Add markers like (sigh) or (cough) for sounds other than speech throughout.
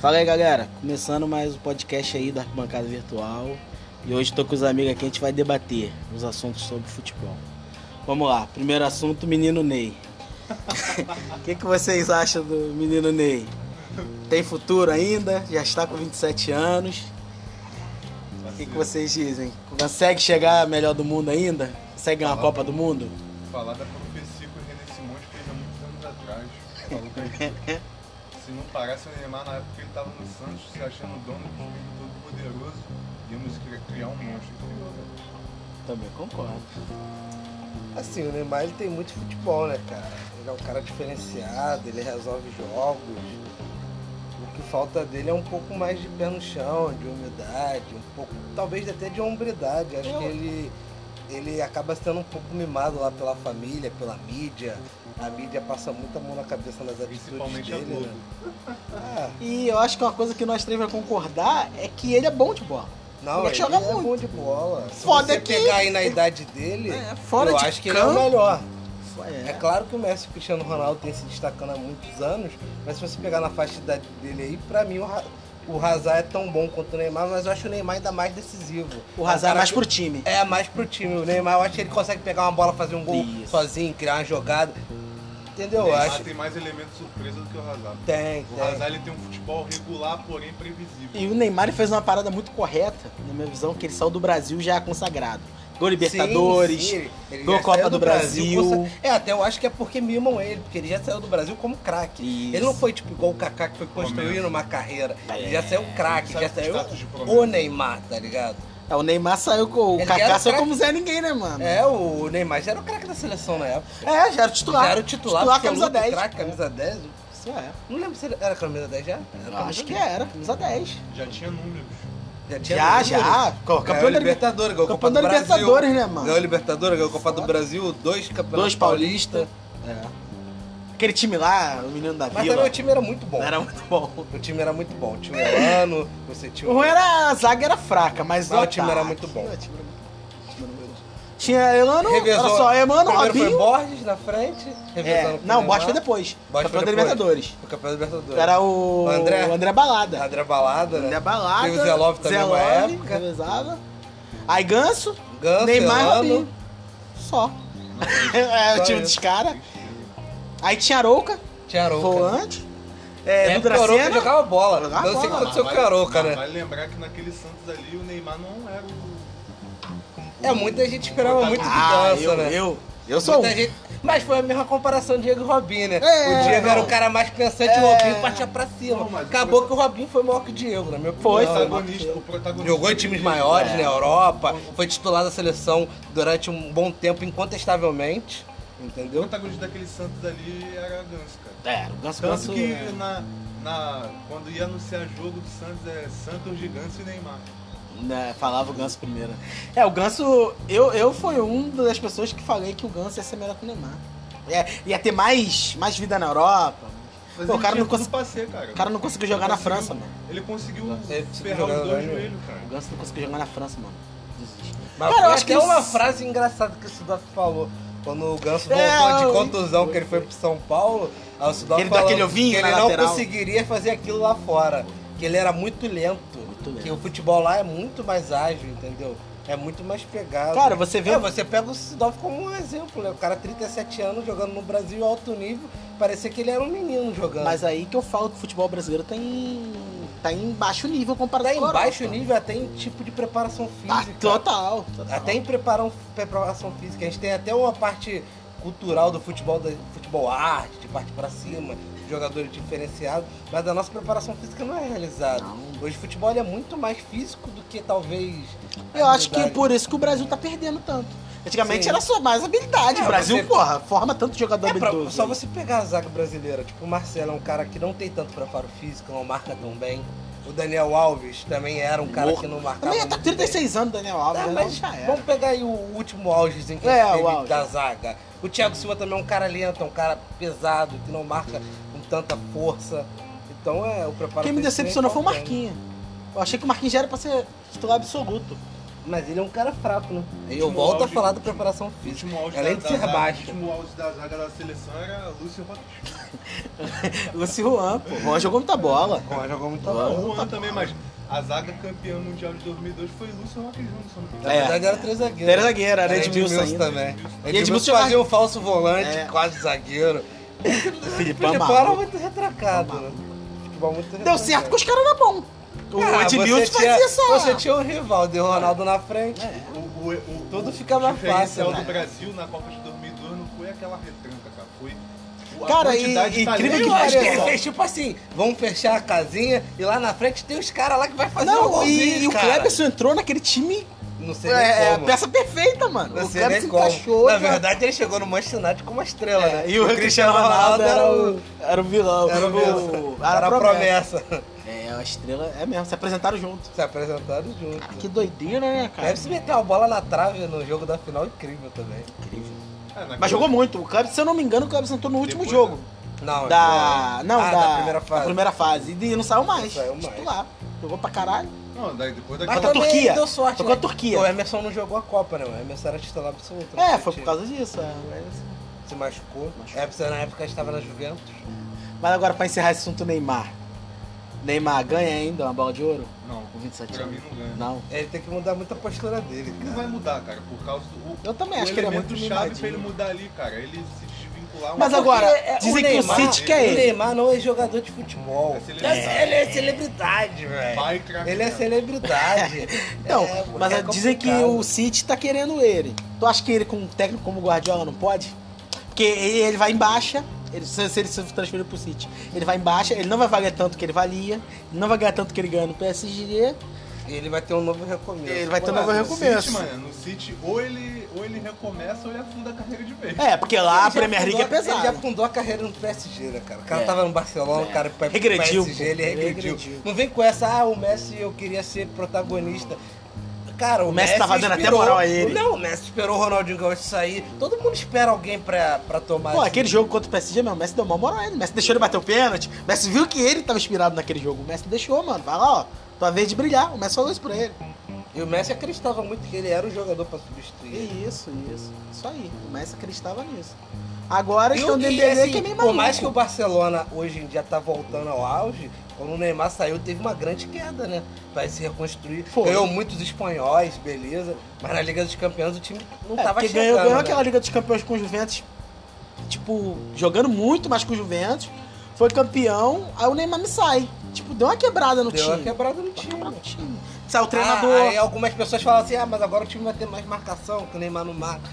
Fala aí galera, começando mais o um podcast aí da Arquibancada Virtual e hoje estou com os amigos aqui, a gente vai debater os assuntos sobre futebol. Vamos lá, primeiro assunto, menino Ney. (laughs) O que, que vocês acham do menino Ney? Tem futuro ainda? Já está com 27 anos? O que, que vocês dizem? Consegue chegar melhor do mundo ainda? Consegue ganhar a Fala Copa do Mundo? Falar da profecia que o René Simões fez há muitos anos atrás. Falou que ele- se não parasse o Neymar na época que ele tava no Santos, se achando o dono do time todo poderoso, íamos cri- criar um monstro. entendeu? Também concordo. Assim, o Neymar ele tem muito futebol, né, cara? Ele é um cara diferenciado, ele resolve jogos. O que falta dele é um pouco mais de pé no chão, de humildade, um pouco, talvez até de hombridade. Acho que ele, ele acaba sendo um pouco mimado lá pela família, pela mídia. A mídia passa muita mão na cabeça nas atitudes Principalmente a dele, Globo. né? Ah, E eu acho que uma coisa que nós três vamos concordar é que ele é bom de bola. não, Ele ele joga é bom muito. de bola. Se Foda você que- pegar aí na idade dele, É, fora eu de acho que ele campo. é o melhor. É É. claro que o Messi e o Cristiano Ronaldo têm se destacando há muitos anos, mas se você pegar na faixa de idade dele aí, pra mim o, Ra- o Hazard é tão bom quanto o Neymar, mas eu acho o Neymar ainda mais decisivo. O Hazard é mais que- pro time. É, mais pro time. O Neymar, eu acho que ele consegue pegar uma bola, fazer um gol Isso. sozinho, criar uma jogada. Entendeu? Eu Neymar acho. É. tem Tem, mais elementos surpresa do que o Hazard. tem. O Hazard ele tem um futebol regular, porém previsível. E o Neymar ele fez uma parada muito correta, na minha visão, que ele saiu do Brasil já é consagrado. Gol Libertadores. Sim, sim, ele ganhou já Copa saiu do Brasil. consa- É, até eu acho que é porque mimam ele, porque ele já saiu do Brasil como craque. Isso. Ele não foi tipo igual o Kaká que foi construindo Começa. uma carreira. Ele É. já saiu craque, Sabe já o saiu status de promessa. o Neymar, tá ligado? É, o Neymar saiu com. O Ele Kaká era saiu craque. como Zé Ninguém, né, mano? É, o Neymar já era o craque da seleção na época. É, já era o titular. já era o titular, Titular, absoluto, camisa 10. Craque, camisa 10. Isso é. Não lembro se ele- era camisa 10 já. Era Eu camisa acho que 10. era, camisa 10. Já tinha números. Já, tinha Já, número. já. Co- Ganhou Campeão da Libertadores. Libertadores, ganhou Copa campeão da do Brasil. Libertadores, né, mano? Ganhou Libertadores, ganhou Copa do Brasil, dois campeonatos Dois paulistas. Aquele time lá, o menino da Mas também vila. o time era muito bom. Era um muito bom. O time era muito bom. Tinha o Elano, você tinha O ruim era a zaga era fraca, mas Mas o time era ataque- muito bom. O time era muito bom. Tinha Elano, era só Elano, Primeiro foi Robinho. Borges na frente. É, revezando com não, o Neymar. Bote foi depois. Bote campeão foi da depois. Libertadores. O campeão da Libertadores. Era o, O André? o Balada. André Balada, né? André Balada. Teve o Zé Love também Zé uma Love, época. revezava. Aí Ganso, Ganso, Neymar e Elano. Robinho. Só. (laughs) é Só o time isso. dos caras. Aí tinha Arouca, Tinha Arouca. volante. É, Dudu Carouca Dracena. jogava bola. Jogava não sei bola. o que aconteceu com o Mas Carouca, mas né? Vale lembrar que naquele Santos ali o Neymar não era o. É, muita gente esperava muito de Ah, dança, eu, né? eu. Eu sou um. Muita gente- Mas foi a mesma comparação de Diego e Robinho, né? É, o Diego não. era o cara mais pensante, e o Robinho partia pra cima. Não, mas Acabou foi- que o Robinho foi maior que o Diego, na minha opinião. Foi, O foi. protagonista, o protagonista Jogou em times maiores É. na Europa, foi titular da seleção durante um bom tempo, incontestavelmente. O Entendeu? protagonista daquele Santos ali era Ganso, cara. É, o Ganso, Tanto Ganso, que é. na, na, quando ia anunciar jogo do Santos, é Santos, Gigantes e Neymar. é, Né, falava o Ganso primeiro. É, o Ganso, eu, eu fui uma das pessoas que falei que o Ganso ia ser melhor que o Neymar. É, ia ter mais, mais vida na Europa. Mas Pô, o ele cara tinha não cons- tudo pra ser, cara. O cara não conseguiu jogar na França, mano. Ele conseguiu Ele conseguiu ferrar jogar os né, dois no joelhos, cara. O Ganso não conseguiu jogar na França, mano. Desiste. Mas Cara, eu foi acho que até ele- uma frase engraçada que o Sidoff falou. Quando o Ganso voltou É, eu- de contusão, que ele foi pro São Paulo, aí o Sidoff Ele deu falou aquele ovinho que na ele não lateral. conseguiria fazer aquilo lá fora. Que ele era muito lento. Muito lento. Que o futebol lá é muito mais ágil, entendeu? É muito mais pegado. Cara, você vê- É, você pega o Sidoff como um exemplo, né? O cara 37 anos jogando no Brasil alto nível, parecia que ele era um menino jogando. Mas aí que eu falo que o futebol brasileiro tá em. tá em baixo nível comparado Até com a Tá em Europa. baixo nível, até em tipo de preparação Tá, física. total, total. Até em preparão- preparação física, a gente tem até uma parte cultural do futebol, da- futebol arte, de parte pra cima, jogadores diferenciados, mas a nossa preparação física não é realizada. Não. Hoje o futebol ele é muito mais físico do que talvez. Eu acho que é habilidade. por isso que o Brasil tá perdendo tanto. Antigamente Sim. era só mais habilidade. É, o Brasil, você- porra, forma tanto jogador É pra- habilidoso. só você pegar a zaga brasileira, tipo o Marcelo é um cara que não tem tanto preparo físico, não marca tão bem. O Daniel Alves também era um cara Morto. que não marcava. Também já tá muito bem. 36 anos, Daniel Alves. Tá, né? mas já era. vamos pegar aí o último augezinho que É, a gente o teve auge. da zaga. O Thiago Silva também é um cara lento, é um cara pesado, que não marca com tanta força. Então é o preparo. Quem me físico é decepcionou foi o importante. (laughs) Marquinhos. Eu achei que o Marquinhos já era pra ser titular absoluto. Mas ele é um cara fraco, né? Eu Último volto a auge- falar da preparação O física. último auge Além da, de ser da, da- baixo. O último auge da zaga da seleção era Lúcio Rodrigues. Lúcio Juan, pô. Juan jogou muita bola. Ó, jogou muito Ó. bom. O Juan também, mas a zaga campeã mundial de 2002 foi Lúcio Rodrigues, não sou Na É. verdade era três zagueiros. É, Era zagueiro, era Edmilson ainda. também. Edmilson. E Edmilson Edmilson fazia um falso volante, É. quase zagueiro. O Filipão futebol era maluco. muito retracado. né? Futebol muito Deu retracado. certo porque os caras eram bons. O Ah, Edmilson você tinha- fazia É. essa. Você tinha o Rivaldo e o Ronaldo na frente. O, o, o, Tudo o fica mais diferencial fácil, do né? Brasil na Copa de 2002 não foi aquela retranca, cara. Foi ah, a Cara, e- quantidade de e talento. incrível Eu acho que ele pareça. fez tipo assim, vamos fechar a casinha e lá na frente tem os caras lá que vai fazer o Não, golzinho, e, e o cara. Cleberson entrou naquele time. Não sei nem É, é a como. peça perfeita, mano. Não o sei nem Cleberson como. encaixou. Na já- verdade ele chegou no Manchester United como uma estrela, É, né? e o, Cristiano Ronaldo era o, era o vilão. Era, o, o- era, a promessa. (laughs) É, a estrela é mesmo, se apresentaram junto. Se Cara, apresentaram Ah, que junto. doideira, né, cara? Deve se meter uma bola na trave no jogo da final incrível também. incrível. É, naquele- Mas jogou muito. O Cleberson, se eu não me engano, o Cleberson entrou no último Depois jogo. Não, Da. Não, ah, da, primeira fase. da primeira fase. E não saiu mais. Não saiu mais. Titular. Jogou pra caralho. Não, daí depois Mas daquela. tá também Turquia. Deu sorte, Foi com a né? Turquia. O Emerson não jogou a Copa, né? O Emerson era titular absoluto. É, né? foi por causa disso. é, mas- Se machucou. Machucou. Emerson na época estava na Juventus. Mas agora, pra encerrar esse assunto, Neymar. Neymar ganha ainda uma bola de ouro? Não, Com 27 pra mim anos? não ganha. Não. Ele tem que mudar muito a postura dele, Não cara. vai mudar, cara, por causa do. Eu também o acho que ele é muito chave pra ele mimadinho. mudar ali, cara. Ele se desvincular um Mas pouco. agora, Porque é- dizem que o Neymar- City quer O ele. Neymar não é jogador de futebol. É celebridade. É, Ele é celebridade, velho. Vai craque, Ele é cara. celebridade. Não, É, Então, mas é dizem que complicado. o City tá querendo ele. Tu acha que ele com um técnico como o Guardiola não pode? Porque ele, ele vai em baixa, ele, se, se ele se transferir pro City, ele vai em baixa, ele não vai valer tanto que ele valia, ele não vai ganhar tanto que ele ganha no PSG. Ele vai ter um novo recomeço. Ele vai ter um Pô, novo no recomeço. City, mano, no City, ou ele, ou ele recomeça ou ele afunda a carreira de vez. É, porque lá a Ele já Premier League é afundou- Ele já pesada. afundou a carreira no PSG, né, cara? O cara É. tava no Barcelona, o cara foi pro Regrediu, PSG, pô. ele regrediu. Regrediu. Não vem com essa, ah, o Messi eu queria ser protagonista. Cara, o, O Messi tava dando até moral a ele. Não, o Messi esperou o Ronaldinho Gaúcho sair. Todo mundo espera alguém pra, pra tomar. Pô, esse- aquele jogo contra o PSG, meu, o Messi deu uma moral a ele. O Messi deixou ele bater o pênalti. O Messi viu que ele tava inspirado naquele jogo. O Messi deixou, mano. Vai lá, ó. Tua vez de brilhar. O Messi falou isso pra ele. E o Messi acreditava muito que ele era o jogador pra substituir. ele. Isso, isso. Isso aí. O Messi acreditava nisso. Agora E estão o- e, Dembélé assim, que é meio Por maluco. mais que o Barcelona hoje em dia tá voltando ao auge, quando o Neymar saiu, teve uma grande queda, né? Vai se reconstruir. Foi. Ganhou muitos espanhóis, beleza. Mas na Liga dos Campeões o time não É, tava porque chegando. ganhou, ganhou né? aquela Liga dos Campeões com o Juventus, tipo, jogando muito mais com o Juventus. Foi campeão, aí o Neymar me sai. Tipo, deu uma quebrada é no Deu uma time. quebrada no Deu uma quebrada time. no time. Saiu o Ah, treinador. aí algumas pessoas falam assim, ah, mas agora o time vai ter mais marcação, que o Neymar não marca.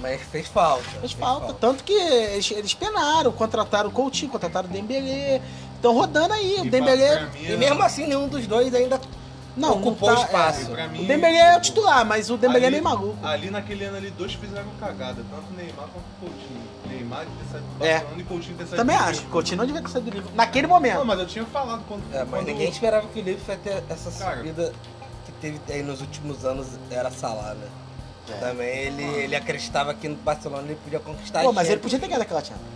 Mas fez falta. Fez falta. Tanto que eles, eles penaram, contrataram o Coutinho, contrataram o Dembélé. Estão rodando aí. E O Dembélé... pra mim, E mesmo assim, nenhum dos dois ainda Não, ocupou não tá- espaço. pra mim, O Dembélé é o titular, mas o Dembélé é meio maluco. Ali naquele ano ali, dois fizeram cagada, tanto Neymar quanto Coutinho. Neymar de ter saído do É. Barcelona e Coutinho ter saído Também do acho. é Liverpool. Continua devia ter saído livre. Naquele momento. Não, mas eu tinha falado quando. É, mas quando- ninguém esperava que o Liverpool ia ter essa Cara. subida que teve aí nos últimos anos era Salah, né? É. Também ele, ele acreditava que no Barcelona ele podia conquistar Pô, a mas ele podia ter ganhado aquela Champions.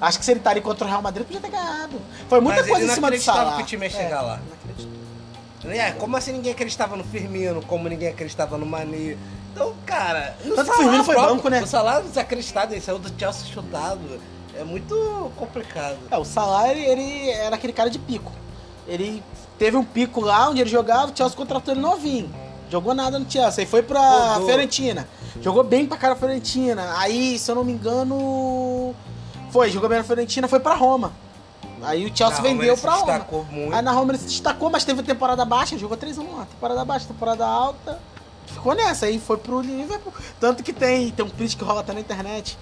Acho que se ele estaria contra o Real Madrid, podia ter ganhado. Foi muita Mas coisa ele em não cima do acreditava Salah. que o time ia chegar lá. não acredito. É, como assim ninguém acreditava no Firmino, como ninguém acreditava no Mani. Então, cara, no Tanto que o Salah Firmino foi próprio, banco, né? O Salah desacreditado, ele saiu do Chelsea chutado. É muito complicado. É, o Salah, ele, ele era aquele cara de pico. Ele teve um pico lá onde ele jogava, o Chelsea contratou ele novinho. Jogou nada no Chelsea. Aí foi pra Rodou. Fiorentina. Jogou bem pra cara da Fiorentina. Aí, se eu não me engano... Foi, jogou bem na Fiorentina, foi pra Roma. Aí o Chelsea Na Roma vendeu ele se pra Ah, Roma. destacou muito. Aí na Roma ele se destacou, mas teve temporada baixa, jogou 3 1 lá. Temporada baixa, temporada alta. Ficou nessa, aí foi pro Liverpool. Tanto que tem, tem um print que rola até na internet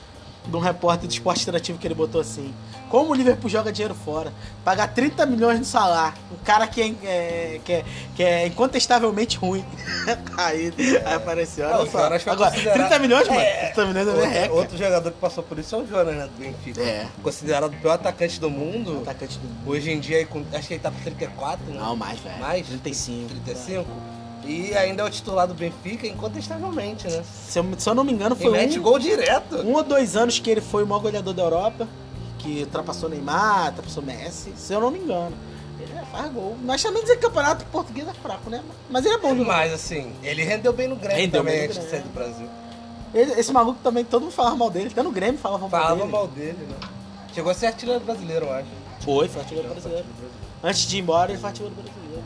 de um repórter do esporte interativo que ele botou assim. Como o Liverpool joga dinheiro fora, pagar 30 milhões no salário, um cara que é, é- que é, que é incontestavelmente ruim. (laughs) aí, aí apareceu, Ah, olha o só. Jonas foi Agora, considerado- 30 milhões, mano? É, 30 milhões é Outro, merreca. outro jogador que passou por isso é o Jonas, né, do Benfica. É. Considerado o pior atacante do mundo. Atacante do mundo. Hoje em dia, aí com- acho que ele tá com 34, né? Não, mais, velho. Mais? 35. 35. E ainda é o titular do Benfica, incontestavelmente, né? Se eu, se eu não me engano, Ele foi mete um, gol direto. um ou dois anos que ele foi o maior goleador da Europa, que ultrapassou Neymar, ultrapassou Messi, se eu não me engano. Ele é, faz gol. Nós também dizer que o campeonato português é fraco, né? Mas ele é bom demais. Mas assim, ele rendeu bem no Grêmio Rendeu também bem no antes de sair Grêmio. do Brasil. Ele- esse maluco também, todo mundo falava mal dele. Até no Grêmio falava mal Falava dele. mal dele, né? Chegou a ser artilheiro brasileiro, eu acho. Foi, foi artilheiro brasileiro. Antes de ir embora, ele foi artilheiro brasileiro.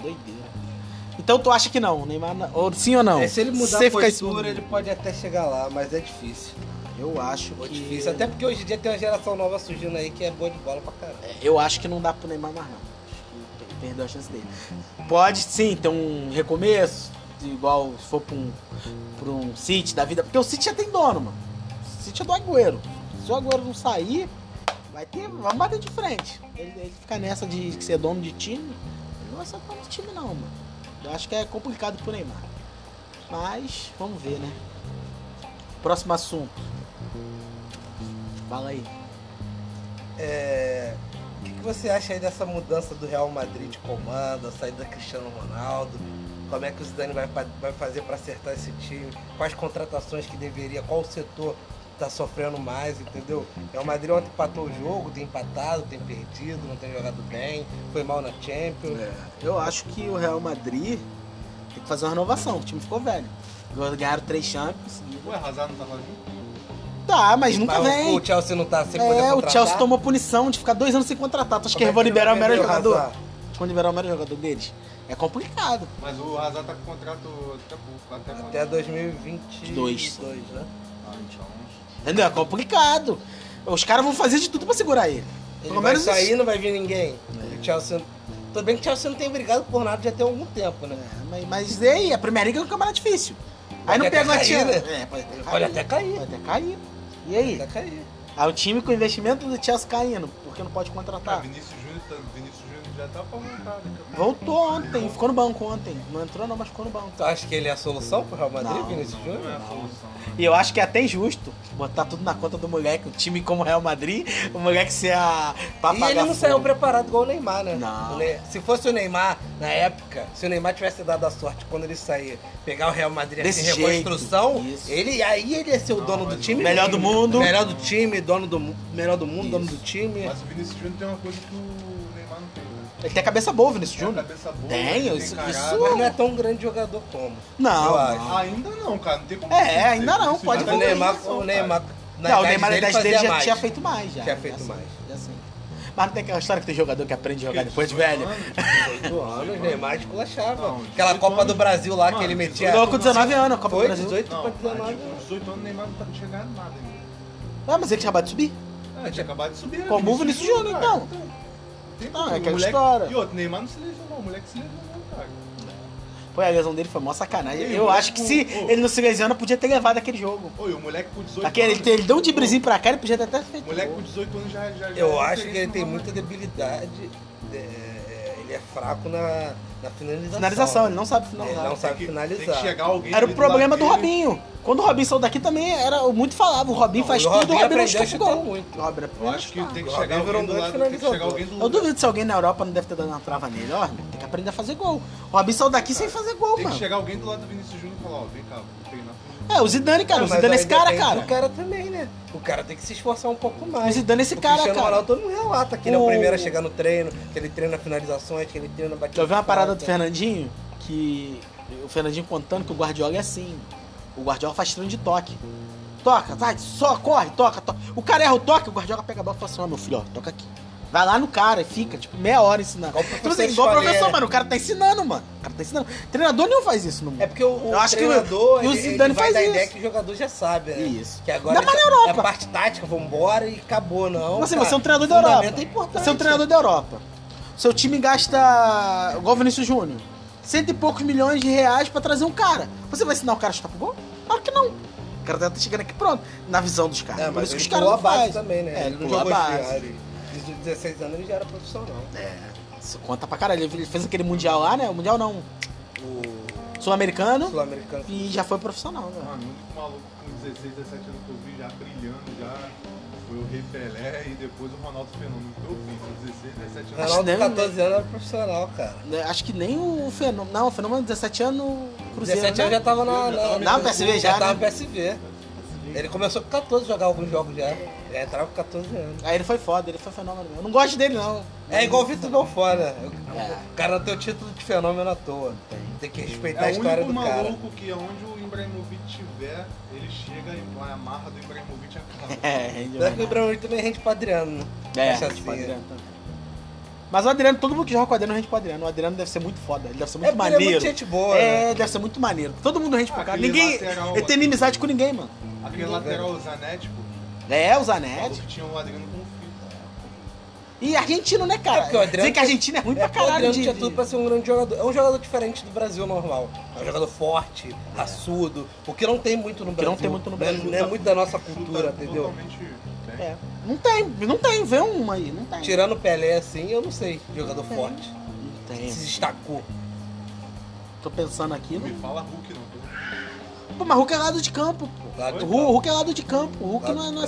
Doideira. Então tu acha que não? O Neymar, não- ou sim ou não? É, se ele mudar Você a fica em postura, dúvida. ele pode até chegar lá, mas é difícil. Eu acho Foi que... difícil. Até porque hoje em dia tem uma geração nova surgindo aí que é boa de bola pra caralho. É, Eu acho que não dá pro Neymar mais não. Acho que ele perdeu a chance dele. Pode sim ter um recomeço, de igual se for pra um, pra um City da vida. Porque o City já tem dono, mano. O City é do Agüero. Se o Agüero não sair, vai ter. Vamos bater de frente. Ele, ele ficar nessa de ser dono de time, ele não é só dono de time não, mano. Eu acho que é complicado pro Neymar. Mas vamos ver, né? Próximo assunto. Fala aí. É, O que, que você acha aí dessa mudança do Real Madrid de comando, a saída do Cristiano Ronaldo? Como é que o Zidane vai, pa- vai fazer pra acertar esse time? Quais contratações que deveria, qual setor tá sofrendo mais, entendeu? É, O Real Madrid ontem empatou o jogo, tem empatado, tem perdido, não tem jogado bem, foi mal na Champions. É, eu acho que o Real Madrid tem que fazer uma renovação, o time ficou velho. Ganharam três Champions. Ué, Hazard não tava junto? Tá, mas nunca Mas vem. O Chelsea não tá sem poder É, o contratar. Chelsea tomou punição de ficar dois anos sem contratar. Tu acha que Como é eles vão que liberar o vai melhor vender jogador? Hazard? Acho que vão liberar o melhor jogador deles. É complicado. Mas o Hazard tá com contrato até pouco. Até, Até 2022, Dois. né? Ah, então... Entendeu? É complicado. Os caras vão fazer de tudo pra segurar ele. Ele Pelo vai menos sair, isso. É. não vai vir ninguém. O Chelsea... Tudo bem que o Chelsea não tem brigado por nada já tem algum tempo, né? É, mas, mas e aí, a Primeira Liga é um campeonato difícil. Aí Pode não até pega uma cair, tira. né? É, pode até Pode até cair. Pode até cair. E aí? Tá caindo. Aí o time com o investimento do Chelsea caindo, porque não pode Tá. contratar. Vinícius Júnior, tá, Vinícius Júnior já tá pra montar, né? cara? Voltou ontem, ficou no banco ontem. Não entrou não, mas ficou no banco. Tu acha que ele é a solução pro Real Madrid, Não, Não, Vinícius não é Júnior? a solução, né? E eu acho que é até injusto botar tudo na conta do moleque, um time como o Real Madrid, o moleque ser a E ele não fogo. saiu preparado igual o Neymar, né? Não. O Ne- Se fosse o Neymar, na época, se o Neymar tivesse dado a sorte quando ele sair, pegar o Real Madrid Desse assim, jeito. reconstrução, Isso. ele, aí ele ia ser o Não, dono do mas time. o- Melhor do mundo. Melhor do time, dono do, mu- melhor do mundo, dono Isso. do time. Mas o Vinícius Júnior tem uma coisa que o Neymar não tem, né? Ele tem a cabeça boa, Vinícius Tem a Júnior. cabeça boa, né? Tem, ele isso- caralho. Ah, isso- Mas não é tão grande jogador como. Não, Eu não. acho. Ainda não, cara. Não tem como... É, dizer. ainda não, Vinícius pode Mas já tá o não é Neymar, isso, o cara. Neymar, na não, o idade Neymar na dele, idade dele fazia já mais. tinha feito mais. Já, Tinha feito já mais. Sei, já sei. Mas não tem aquela história que tem jogador que aprende a jogar Porque depois de 18 tá velho? anos, 18 anos, Neymar tá esculachava. Não, Aquela 18 Copa do anos. Brasil lá que Mano, ele 18 metia. Jogou com 19 anos, a Copa Foi do Brasil. 18 Não, pra mas, 19. tipo, 18 anos o Neymar não tá chegando em nada ainda. Ah, mas ele tinha acabado de subir. Ah, tinha acabado de subir. né? tipo, Como o Vinícius Júnior, cara. então. Tem Não, como, é aquela o moleque- história. E outro, Neymar não se lesionou, o moleque se lesionou, cara. Pô, a lesão dele foi mó sacanagem. Ei, Eu mas acho que tipo, o- se o- ele não se lesiona, podia ter levado aquele jogo. Oi, o moleque com 18 Aquele, anos. ele, ele deu um driblezinho pra cá, ele podia ter até feito. O moleque gol. com 18 anos já. já já Eu é acho que ele referência tem no muita Ronaldo. debilidade. é, é, ele é fraco na, na finalização. Finalização, ele não sabe Ele não finalizar. sabe Tem que- finalizar. Tem que chegar alguém Era o ali problema do lado dele. Robinho. Quando o Robinho saiu daqui também era muito falava. O Robinho Não, faz o tudo, Robinho o Robinho não aprendeu a chuta o chutar gol. muito. O Robinho Eu aprendeu a acho que chutar. tem que O Robinho chegar virou alguém do um lado. grande Tem que chegar alguém do Eu duvido um se alguém na Europa não deve ter dado uma trava nele. Ó, tem que aprender a fazer gol. O Robinho saiu daqui sem fazer gol, Tem que mano. chegar alguém do lado do Vinícius Júnior e falar, ó, vem cá, vou treinar. É, o Zidane, cara. Ah, o mas Zidane é aí esse cara, depende do cara. cara também, né? O cara tem que se esforçar um pouco mais. O Zidane é esse O cara, Cristiano cara. Ronaldo todo mundo relata que ele é O- o primeiro a chegar no treino, que ele treina finalizações, que ele treina batida. Já ouviu uma de parada do falta. Fernandinho? Que o Fernandinho contando que o Guardiola é assim. O Guardiola faz treino de toque. Toca, vai, só, corre, toca, toca. O cara erra o toque, o Guardiola pega a bola e fala assim, ó, meu filho, ó, toca aqui. Vai lá no cara e fica, tipo, meia hora ensinando. Igual o professor Tipo assim, de igual o escolinha, professor, né? mano, o cara tá ensinando, mano. O cara tá ensinando. Treinador nenhum faz isso no mundo. É porque o, o Eu acho que o- treinador, e o ele- ele Zidane vai faz dar a isso. ideia que o jogador já sabe, né? Isso. Que agora Ainda mais é- na Europa. É a parte tática, vambora e acabou, não. Mas, assim, cara. você é um treinador da Fundamento Europa. é importante. Você é um treinador da Europa. Seu time gasta, igual o Vinícius Júnior, cento e poucos milhões de reais pra trazer um cara. Você vai ensinar o cara a chutar pro gol? Claro que não. O cara tá chegando aqui pronto, na visão dos caras. É, Por mas isso que ele os pulou caras a não base fazem. também, né? É, ele não pulou a jogou base. diário. Desde os 16 anos ele já era profissional. tá? Isso conta pra caralho. Ele fez aquele mundial lá, né? O mundial não. O Sul-americano. sul-americano. E já foi profissional, né? Mano, o único Ah, maluco com 16, 17 anos que eu vi já brilhando já foi o Rei Pelé e depois o Ronaldo Fenômeno que eu vi com 16, 17 Acho anos. que Ronaldo, deve- 14 anos, era profissional, cara. Né, Acho que nem o Fenômeno. Não, o Fenômeno 17 anos. Cruzeiro. 17 anos né? já tava na. na Não, PSV já, tava né? no PSV. Ele começou com 14 a jogar alguns jogos já. Já entrava com 14 anos. Aí ele foi foda, ele foi um fenômeno mesmo. Eu não gosto dele, não. É igual o Vitor né? Belfora. É. O cara não tem o título de fenômeno à toa. Tem que respeitar a É o história único do cara. maluco que onde o Ibrahimovic tiver, ele chega e põe a marra do Ibrahimovic acaba. É, rende Será que o mais. Ibrahimovic também rende pra Adriano, né? É, Acha tipo, assim, Adriano também. Mas o Adriano, todo mundo que joga com o Adriano rende pro Adriano. O Adriano deve ser muito foda, ele deve ser É, muito porque ele é maneiro. muito gente boa, né? É, deve ser muito maneiro. Todo mundo rende pro Ah, cara. aquele Ninguém. lateral ele tem aqui. inimizade com ninguém, mano. Aquele lateral Zanetti, pô. É, o Falou Zanetti. que tinha o Adriano com o filho. E argentino, né, cara? É, porque o Adriano Dizem que tem- argentino é ruim É, pra pô, o caralho, Adriano de- tinha tudo pra ser um grande jogador. É um jogador diferente do Brasil normal. É um jogador forte, raçudo, o que não tem muito no que Brasil. não tem muito no Não é- Brasil. tá? Não é muito da nossa cultura, Chuta entendeu? Totalmente bem. É. Não tem, não tem, vê uma aí, não tem. Tirando o Pelé assim, eu não sei, jogador Tem. forte. Não que tem. Se destacou. Tô pensando aqui. Não me Não... fala Hulk, não. pô. Pô, mas Hulk é lado de campo, pô. Lá O de Hulk campo. Hulk é lado de campo. O Hulk Lado não é, de não é campo. Não é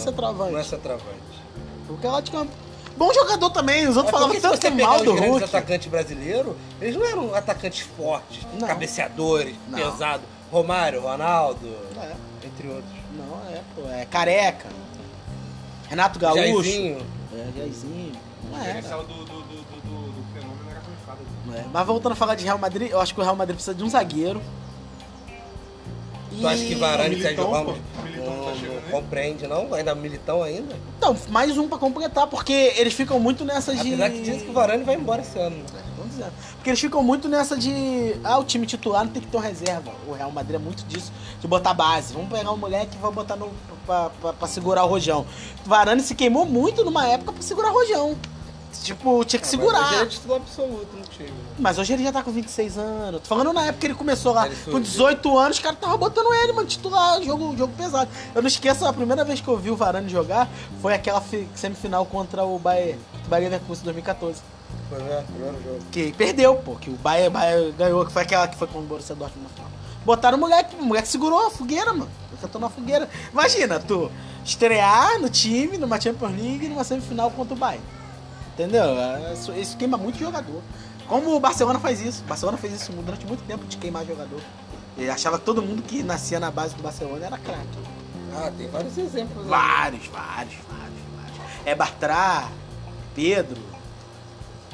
centroavante. centroavante. O Hulk é lado de campo. Bom jogador também, os É outros falavam porque se tanto você que pegar mal os do grandes Hulk. atacantes brasileiros, eles não eram atacantes fortes, Não. cabeceadores, Não. pesados. Romário, Ronaldo, É, entre outros. não, é, pô. É careca. Renato Gaúcho. Jairzinho. É, Jairzinho. Não O é, cara. diferencial do, do, do, do, do, do fenômeno né? era a arrancada. Não é. Mas voltando a falar de Real Madrid, eu acho que o Real Madrid precisa de um zagueiro. Tu acha que Varane quer Militão, jogar pô. um... Militão tá Não, chegando não aí. compreende não? Ainda militão ainda? Então, mais um pra completar, porque eles ficam muito nessa de. Apesar que dizem que o Varane vai embora esse ano. né? Vamos dizer. Porque eles ficam muito nessa de. Ah, o time titular não tem que ter um reserva. O Real Madrid é muito disso, de botar base. Vamos pegar um moleque e vamos botar no, pra, pra- pra segurar o rojão. Varane se queimou muito numa época pra segurar o rojão. Tipo, tinha que segurar. Mas hoje ele é titular absoluto né? no time. Mas hoje ele já tá com 26 anos. Tô falando na época que ele começou lá. Ele surgiu. com 18 anos, os caras estavam botando ele, mano, titular, jogo, jogo pesado. Eu não esqueço, a primeira vez que eu vi o Varane jogar foi aquela fi- semifinal contra o Bayern, Bayern Leverkusen em 2014. Foi né? primeiro jogo. Que perdeu, pô, que o Bayern, Bayern ganhou, que foi aquela que foi com o Borussia Dortmund na final. Botaram o moleque, o moleque segurou a fogueira, mano. Cantou na fogueira. Imagina, tu estrear no time, numa Champions League, numa semifinal contra o Bayern. Entendeu? É, Isso, isso queima muito jogador. Como o Barcelona faz isso. O Barcelona fez isso durante muito tempo de queimar jogador. Ele achava que todo mundo que nascia na base do Barcelona era craque. Ah, tem vários exemplos. aí. Vários, vários, vários, vários. É Bartra, Pedro.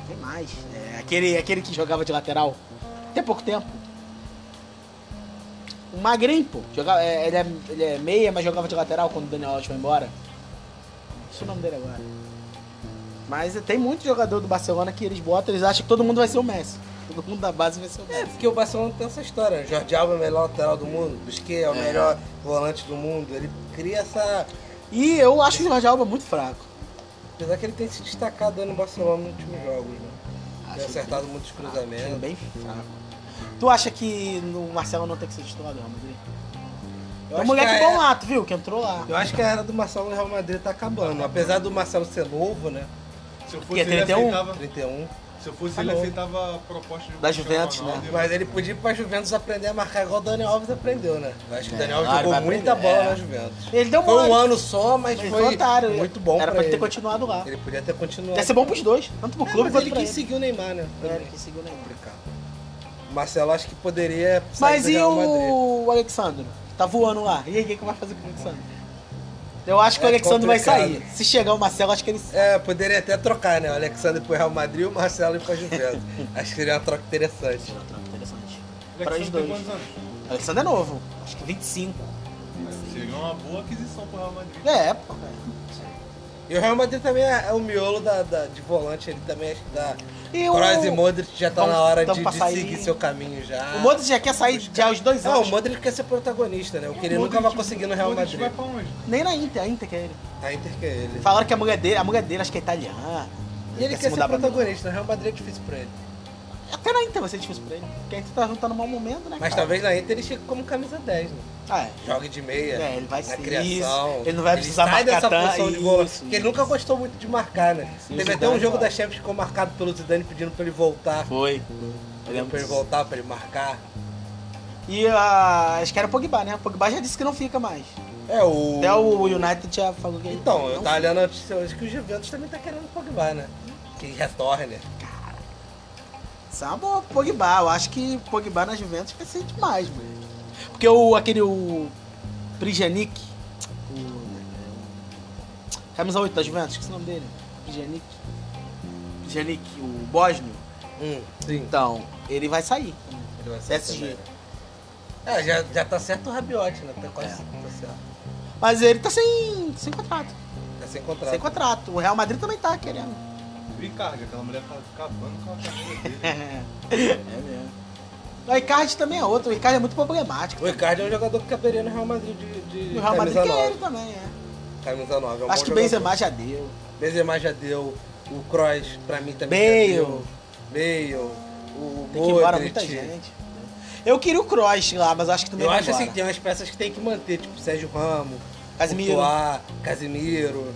Tem mais. É aquele, aquele que jogava de lateral. Tem pouco tempo. O Magrin, pô. Jogava, é, ele, é, ele é meia, mas jogava de lateral quando o Daniel Alves foi embora. Deixa o nome dele agora. Mas é, tem muito jogador do Barcelona que eles botam, eles acham que todo mundo vai ser o Messi. Todo mundo da base vai ser o É, Messi. porque o Barcelona tem essa história. Jordi Alba é o melhor lateral do mundo, Busquets é o melhor volante do mundo. Ele cria essa... E eu acho o Jorge Alba muito fraco. Apesar que ele tem se destacado aí no Barcelona nos últimos jogos, né? Tem Acho acertado muitos cruzamentos. Time bem fraco. Tu acha que o Marcelo não tem que ser titular do Real Madrid? Eu É um acho moleque que a- bom lá, tu viu? Que entrou lá. Eu acho que a era do Marcelo no Real Madrid tá acabando. Apesar do Marcelo ser novo, né? Se eu fosse Porque ele, 31? aceitava. 31. Se eu fosse ele, Tá bom. aceitava a proposta de Da Cristiano Juventus, Ronaldo né? e- Mas ele podia ir pra Juventus aprender a marcar igual o Daniel Alves aprendeu, né? Eu acho que o É, Daniel ah, Alves ele vai jogou muita aprender, bola é. na Juventus. Ele deu Foi mole. um ano só, mas Ele foi otário. muito bom Era pra pra ele ter ele. continuado lá. Ele podia ter continuado. Deve ser bom pros dois. Tanto pro É, clube mas quanto ele pra quis ele. seguir o Neymar, né? É, Também. ele que seguiu o Neymar. Complicado. O Marcelo acho que poderia sair Mas do e Real Madrid. o Alexandre? Tá voando lá. E aí, o que que vai fazer com o Alexandre? Eu acho que o É Alexandre vai complicado. sair. Se chegar o Marcelo, acho que ele sai. É, poderia até trocar, né? O Alexandre pro Real Madrid e o Marcelo ir pra Juventus. acho que seria uma troca interessante. Interessante. Ele é Para que os só tem dois. quantos anos? Alexandre é novo. Acho que 25. Seria uma boa aquisição pro Real Madrid. É, pô. cara. E o Real Madrid também é é o miolo da, da- de volante, ele também acho que dá. E o- Kroos e Modric já tá Vamos- na hora tamo de, pra de sair. seguir seu caminho já. O Modric é já quer sair já aos dois Não, anos. É, o Modric quer ser protagonista, né? O que ele O nunca vai Modric- conseguir no Real o Modric Madrid. vai pra onde? Nem na Inter, a Inter quer ele. A Inter quer ele. Falaram que a mulher dele, a mulher dele acho que é italiana. E ele se quer ser mudar pra É, protagonista, no Real Madrid é difícil pra ele. Milão. Até na Inter vai ser difícil pra ele. Porque a Inter tá juntando um mau momento, né? Mas cara? talvez na Inter ele chegue como camisa 10, né? Ah, é. Jogue de meia. É, ele vai na ser criação. isso. Ele não vai precisar marcar sai dessa tanto. função de volante. Isso, Porque ele isso. nunca gostou muito de marcar, né? Sim, o Teve até Zidane um jogo fala. da Champions que ficou marcado pelo Zidane pedindo pra ele voltar. Foi. Eu Pedindo lembro pra ele disso. voltar, pra ele marcar. E a. acho que era o Pogba, né? O Pogba já disse que não fica mais. É, o. Até o United já falou que ele. Então, eu não tava olhando a notícia hoje que o Juventus também tá querendo o Pogba, né? Que ele retorne. fica. Isso é uma boa pro Pogba. Eu acho que o Pogba na Juventus vai ser demais, mano. Porque o, aquele. O. Prijanic. o- Camisa 8 da Juventus, que é o nome dele? Pjanic. Pjanic, o Bósnio. Hum, sim. Então, ele vai sair. Ele vai ser PSG. também. É, já, já tá certo o Rabiot, né? Tá É. quase tá certo. Mas ele tá sem, sem contrato. Tá sem contrato. Sem contrato. O Real Madrid também tá (laughs) querendo. Ricardo, aquela mulher tá acabando com a carreira dele. é mesmo. O Icardi também é outro. O Icardi é muito problemático. O Icardi é um jogador que caberia no Real Madrid de, de E o Real Madrid camisa quer 9. ele também, é. Camisa 9. É um Acho bom que o jogador. Benzema já deu. Benzema já deu. O Kroos, pra mim, também já Bale. deu. Bale. O Tem que ir embora Modric. muita gente. Eu queria o Kroos lá, mas acho que também Eu vai acho embora. assim, tem umas peças que tem que manter, tipo Sérgio Ramos, Casemiro. Courtois, Casemiro.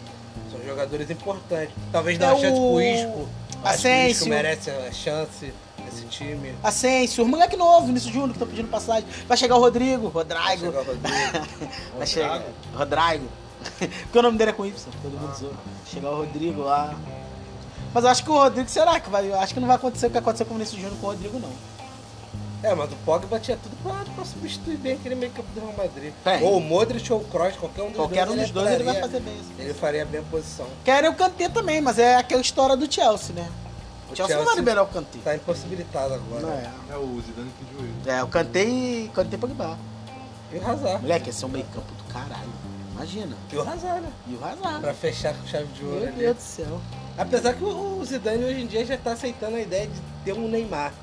São jogadores importantes. Talvez É dá uma chance o- pro Isco. Acho que o Isco Asensio. merece a chance nesse time. Asensio, o moleque novo, Vinícius Júnior, que tá pedindo passagem. Vai chegar o Rodrigo, Vai Rodrigo. chegar o Rodrigo. Vai chegar. Rodrigo. Porque o nome dele é com Y, todo mundo zoa. Chegar o Rodrigo lá. Mas eu acho que o Rodrigo, será que vai? Eu acho que não vai acontecer o que aconteceu com o Vinícius Júnior com o Rodrigo, não. É, mas o Pogba tinha tudo pra, pra substituir bem aquele meio campo do Real Madrid. Tem. Ou o Modric ou o Kroos, qualquer um dos Qualquer dois. um dos dois ele vai entraria. fazer bem. assim. Ele faria bem a posição. Quero o Kanté também, mas é aquela história do Chelsea, né? O Chelsea, não vai Chelsea liberar o Kanté. Tá impossibilitado agora. Não é. É o Zidane que pediu ele. É, o Kanté e Kanté e Pogba. E o Hazard. Moleque, esse é um meio campo do caralho. Imagina. E o Hazard, né? E o Hazard. Pra né? fechar com chave de ouro Meu ali. Deus do céu. Apesar que o Zidane hoje em dia já tá aceitando a ideia de ter um Neymar.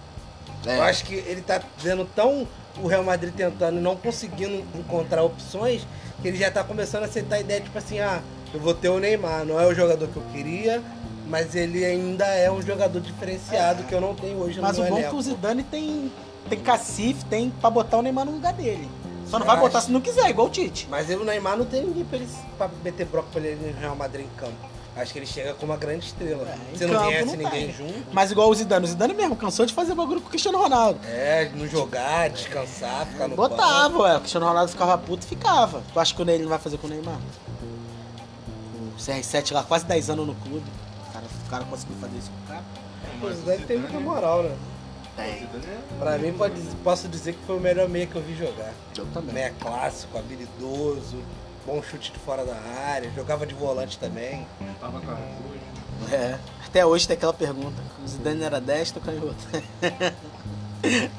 É. Eu acho que ele tá vendo tão o Real Madrid tentando e não conseguindo encontrar opções, que ele já tá começando a aceitar a ideia, tipo assim, ah, eu vou ter o Neymar, não é o jogador que eu queria, mas ele ainda é um jogador diferenciado que eu não tenho hoje Mas no o meu bom é que elenco. o Zidane tem, tem cacife, tem pra botar o Neymar no lugar dele. Só não vai Acho. botar se não quiser, igual o Tite. Mas o Neymar não tem ninguém pra, ele, pra meter broco pra ele no Real Madrid em campo. Acho que ele chega com uma grande estrela. É, em Se não campo conhece não ninguém tem. junto. Mas igual o Zidane, o Zidane mesmo cansou de fazer bagulho com o Cristiano Ronaldo. É, não jogar, descansar, ficar no banco. Botava, ué. O Cristiano Ronaldo ficava puto e ficava. Tu acha que o Ney ele vai fazer com o Neymar? O CR7 lá, quase 10 anos no clube. O cara, o cara conseguiu fazer isso com o cara. Pô, O Zidane tem muita moral, né? Tem. O Zidane é- Pra mim, pode, posso dizer que foi o melhor meia que eu vi jogar. Eu também. Meia clássico, habilidoso, bom chute de fora da área, jogava de volante também. Tava com a Ruth. É. Até hoje tem aquela pergunta. O Zidane era destro ou canhoto?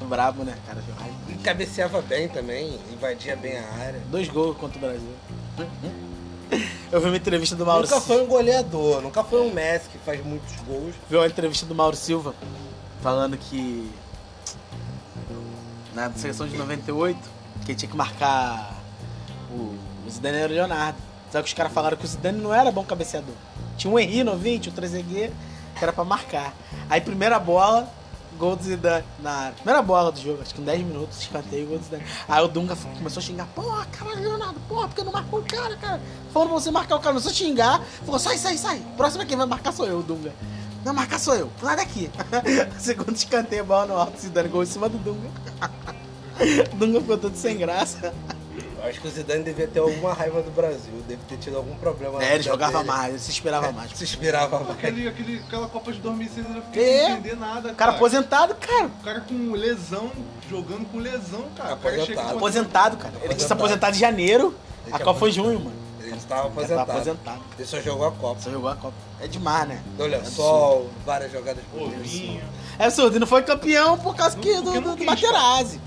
(laughs) Brabo, né, cara? E cabeceava bem também, invadia bem a área. Dois gols contra o Brasil. (laughs) Eu vi uma entrevista do Mauro Nunca Silva. foi um goleador, nunca foi um Messi que faz muitos gols. Vi uma entrevista do Mauro Silva falando que na seleção de 98, quem tinha que marcar o, o Zidane era o Leonardo. Só que os caras falaram que o Zidane não era bom cabeceador. Tinha um Henry novinho, tinha um Trezeguet, que era pra marcar. Aí primeira bola, gol do Zidane na área. Primeira bola do jogo, acho que em 10 minutos, escanteio, gol do Zidane. Aí o Dunga f- começou a xingar, porra, caralho, Leonardo, porra, porque não marcou o cara, cara. Falando pra você marcar o cara, começou a xingar, falou, sai, sai, sai. Próximo é quem vai marcar sou eu, o Dunga. Não, marcar sou eu, pula daqui. (laughs) Segundo escanteio, bola no alto, Zidane, gol em cima do Dunga. (laughs) O Dunga ficou todo sem graça. Eu acho que o Zidane devia ter alguma raiva do Brasil, deve ter tido algum problema. na É, ele vida jogava dele. mais, ele se inspirava mais. Se inspirava Pô, mais. Aquele, aquele, aquela Copa de 2006 eu não Que? fiquei sem entender nada, O cara aposentado, cara. O cara com lesão, jogando com lesão, cara. O cara chega Aposentado. com- Aposentado, cara. Ele quis se aposentar de janeiro, Ele a que Copa foi junho, mano. Ele estava Ele tava aposentado. aposentado. Ele só jogou a Copa. Só jogou a Copa. É demais, né? Do lençol, várias jogadas bonitas. Ovinho. É absurdo, e não foi campeão por causa que, do, Porque do, não do quis, Materazzi.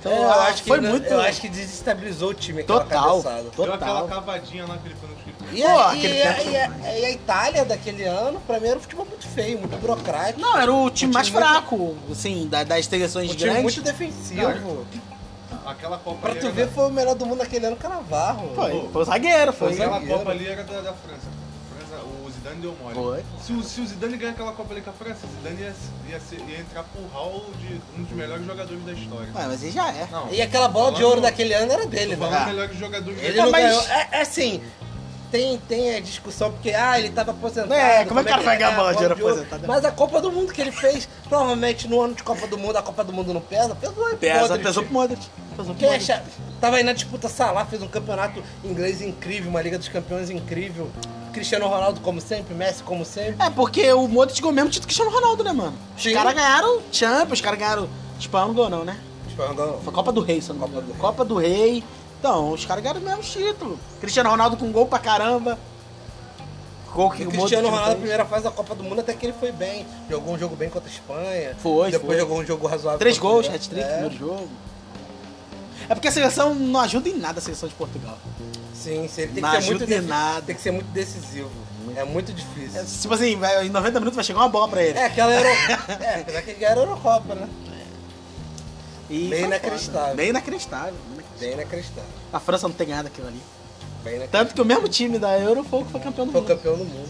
Então, É, eu acho que foi ele- muito. Eu acho que desestabilizou o time aquela total. cabeçada. Deu aquela Total. cavadinha lá que ele foi no escrito. E, Pô, a, aquele e, a- tempo- e a- e a Itália daquele ano, pra mim, era um futebol muito feio, muito burocrático. Não, era o time Um mais time muito- fraco, assim, da- das seleções um time grandes. muito defensivo. Aquela Copa Pra ali tu era ver, da- foi o melhor do mundo naquele ano, Canavarro. Foi, foi o zagueiro, foi. Foi o Aquela zagueiro. Copa ali era da, da França. A França. O Zidane deu mole. Foi. Se o, se o Zidane ganhar aquela Copa ali com a França, o Zidane ia, ia, ser- ia entrar pro hall de um dos melhores jogadores da história. Ué, mas ele já é. Não, E aquela bola de Falando- ouro daquele ano era dele, ele né? falando Ah. dos melhores jogadores Ele Ah, da não mas- ganhou. É, é assim, tem, tem a discussão porque, ah, ele tava aposentado. É, como é que o cara vai ganhar é, bola de ouro ouro? aposentado? né? Mas a Copa do Mundo que ele fez, provavelmente no ano de Copa do Mundo, a Copa do Mundo não pesa? Pesou, Pesa, Modric. pesou pro Modric. Pesou pro Quem Modric. acha... Tava aí na disputa Salah, fez um campeonato inglês incrível, uma Liga dos Campeões incrível. Cristiano Ronaldo, como sempre, Messi, como sempre. É, porque o Modric ganhou o mesmo título que o Cristiano Ronaldo, né, mano? Sim. Os caras ganharam Champions, os caras ganharam. Tipo, não ganhou, não, né? Tipo, não- Foi Copa do Rei, se eu não me Copa engano. do Rei. Copa do Rei, Então, os caras ganharam o mesmo título. Cristiano Ronaldo com gol pra caramba. Gol que E o Modric o Cristiano não Ronaldo, na fez. primeira fase da Copa do Mundo, até que ele foi bem. Jogou um jogo bem contra a Espanha. Foi, Depois foi. jogou um jogo razoável. Três contra gols, o Portugal. hat-trick no É. primeiro jogo. É porque a seleção não ajuda em nada a seleção de Portugal. Sim, sim. Ele tem Não que, ser muito ajuda em defi- nada. tem que ser muito decisivo. É muito difícil. É, tipo assim, vai- em 90 minutos vai chegar uma bola pra ele. É, aquela Euro... (laughs) é, apesar que ele ganhou a Eurocopa, né? E Bem foi inacreditável. foda. Bem inacreditável. bem inacreditável. Bem inacreditável. A França não tem ganhado aquilo ali. Bem inacreditável. Tanto que o mesmo time da Euro foi o que foi campeão do Foi Tá mundo. campeão do mundo.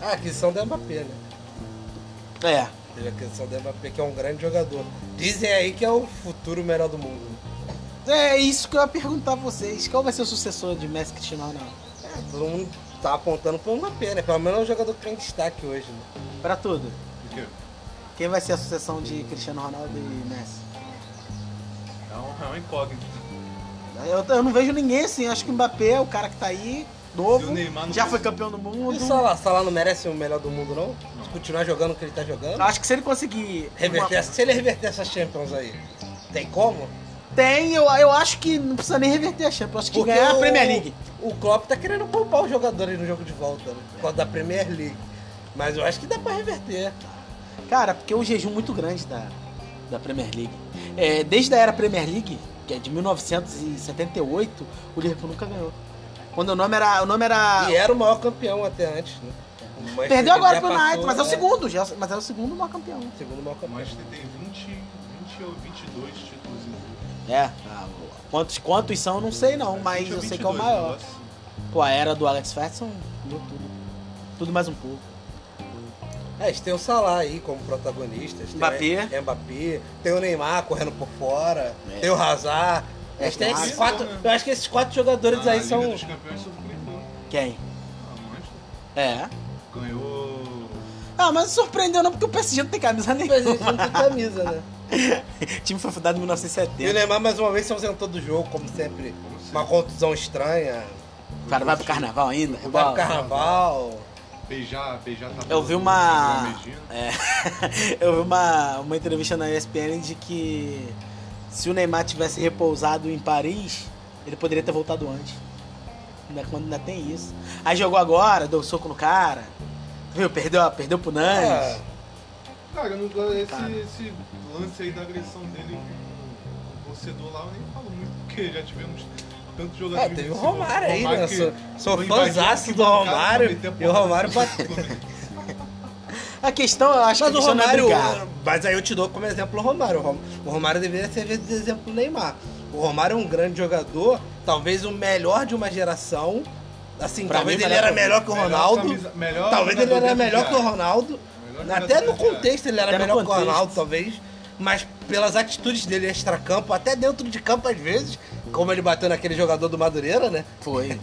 Ah, a aquisição do Mbappé, né? É. Teve a aquisição do Mbappé, que é um grande jogador. Dizem aí que é o futuro melhor do mundo. É isso que eu ia perguntar a vocês. Qual vai ser o sucessor de Messi Cristiano Ronaldo? É, todo mundo tá apontando pro Mbappé, né? Pelo menos é um jogador que tem destaque hoje, né? Pra tudo. Porque Quem vai ser a sucessão de Cristiano Ronaldo e Messi? é um, é um incógnito. Eu, eu não vejo ninguém assim. Eu acho que o Mbappé é o cara que tá aí, Se novo, o Neymar não já foi fosse- campeão do mundo. E o Salah? Salah não merece o melhor do mundo, não? Se continuar jogando o que ele tá jogando? Acho que se ele conseguir. Reverter uma- essa- Se ele reverter essa Champions aí, tem como? Tem, eu, eu acho que não precisa nem reverter a Champions. Eu acho que ganhar a o- Premier League. O Klopp tá querendo poupar os jogadores no jogo de volta, né? Por causa da Premier League. Mas eu acho que dá pra reverter. Cara, porque é um jejum muito grande da, da Premier League. É, desde a era Premier League, que é de 1978, o Liverpool nunca ganhou. Quando o nome era. O nome era E era o maior campeão até antes, né? O Manchester perdeu agora já pro United, passou, mas é o né? segundo. já- mas é o segundo maior campeão. Segundo maior O campeão. Manchester tem 20, 20 ou 22 títulos. em- É. Quantos, quantos são, eu não sei não, mas 20 ou eu sei que é o 22, maior. negócio assim. Pô, a era do Alex Ferguson deu tudo. Tudo mais um pouco. É, eles têm o Salah aí como protagonista. eles têm Mbappé. o Mbappé. Tem o Neymar correndo por fora. É. Tem o Hazard. Eles têm esses Hazard, quatro, né? eu acho que esses quatro jogadores Na aí Ah, Liga são... dos campeões surpreendeu. Quem? Ah, o Manchester É. ganhou. Ah, mas surpreendeu não porque o PSG não tem camisa (laughs) nenhuma. Mas eles não têm camisa, né? O (laughs) time foi fundado em E o 1970. Neymar mais uma vez se ausentou do jogo, como sempre. Como se Uma contusão estranha. O cara vai pro carnaval ainda. Vai pro rebola. carnaval. beijar, beijar tá Eu vi uma. Beijinho. É, eu vi uma, uma entrevista na ESPN de que se o Neymar tivesse repousado em Paris, ele poderia ter voltado antes. Ainda, quando ainda tem isso. Aí jogou agora, deu um soco no cara. Viu? Perdeu, perdeu pro Nantes. É. Ah, Cara, eu não dou esse, Tá. Cara. esse lance aí da agressão dele com o torcedor lá, eu nem falo muito, porque já tivemos tanto jogador. É, teve o Romário aí, né? tipo. que Sou, sou foi fãzaço invadido, do bancada, Romário. meteu a E o porrada Romário no bateu. Fluminense. A questão, eu acho Mas que o a questão não é Romário. brigar. Mas aí eu te dou como exemplo o Romário. O Rom- O Romário deveria servir de exemplo o Neymar. O Romário é um grande jogador, talvez o melhor de uma geração. Assim, Pra talvez mim, ele melhor era que- melhor que o melhor Ronaldo. camisa- melhor talvez ele jogador era dentro melhor de que o área. Ronaldo. Melhor jogador Até no dentro de área. contexto ele era Até no melhor que o contexto. Ronaldo, talvez. Mas pelas atitudes dele extra-campo, até dentro de campo às vezes, como ele bateu naquele jogador do Madureira, né? Foi.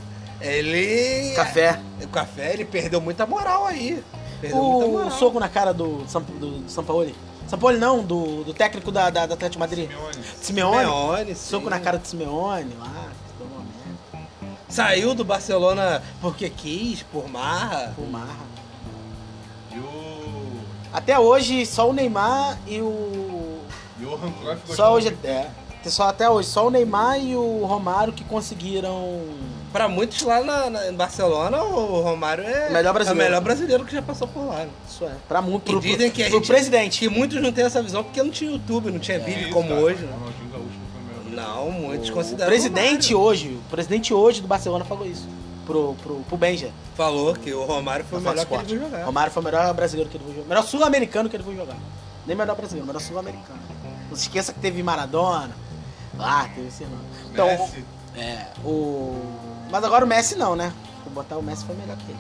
Ele. Café. O café, ele perdeu muita moral aí. Perdeu muita O moral. soco na cara do São, do, do São Paulo. São Paulo não, do, do técnico da, da, da Atlético de Madrid. Simeone. Simeone. Simeone, sim. Soco na cara do Simeone lá. né, Deu uma merda. Saiu do Barcelona porque quis, por marra. Pô, marra. E o. Até hoje, só o Neymar e o. Johan Cruyff gostava Só hoje. muito. É. Só até hoje, só o Neymar e o Romário que conseguiram. Pra muitos lá na, na- em Barcelona, o Romário é O melhor brasileiro. é o melhor brasileiro que já passou por lá. né? Isso é. Pra muito. E Pro, dizem que a pro gente- presidente. Que muitos não têm essa visão porque não tinha YouTube, não tinha É vídeo isso, como cara. hoje. né? Ronaldinho Gaúcho foi o melhor. Não, muitos O consideram. presidente o Romário. hoje, o presidente hoje do Barcelona falou isso. Pro, pro, pro Benja. falou que o Romário foi o da melhor Fox que Sports. ele viu jogar. Romário foi o melhor brasileiro que ele foi jogar. Melhor sul-americano que ele foi jogar. Nem melhor brasileiro, melhor sul-americano. Não se esqueça que teve Maradona. Ah, teve esse irmão. Então, Messi. É, o. Mas agora o Messi não, né? Vou botar o Messi foi melhor que ele.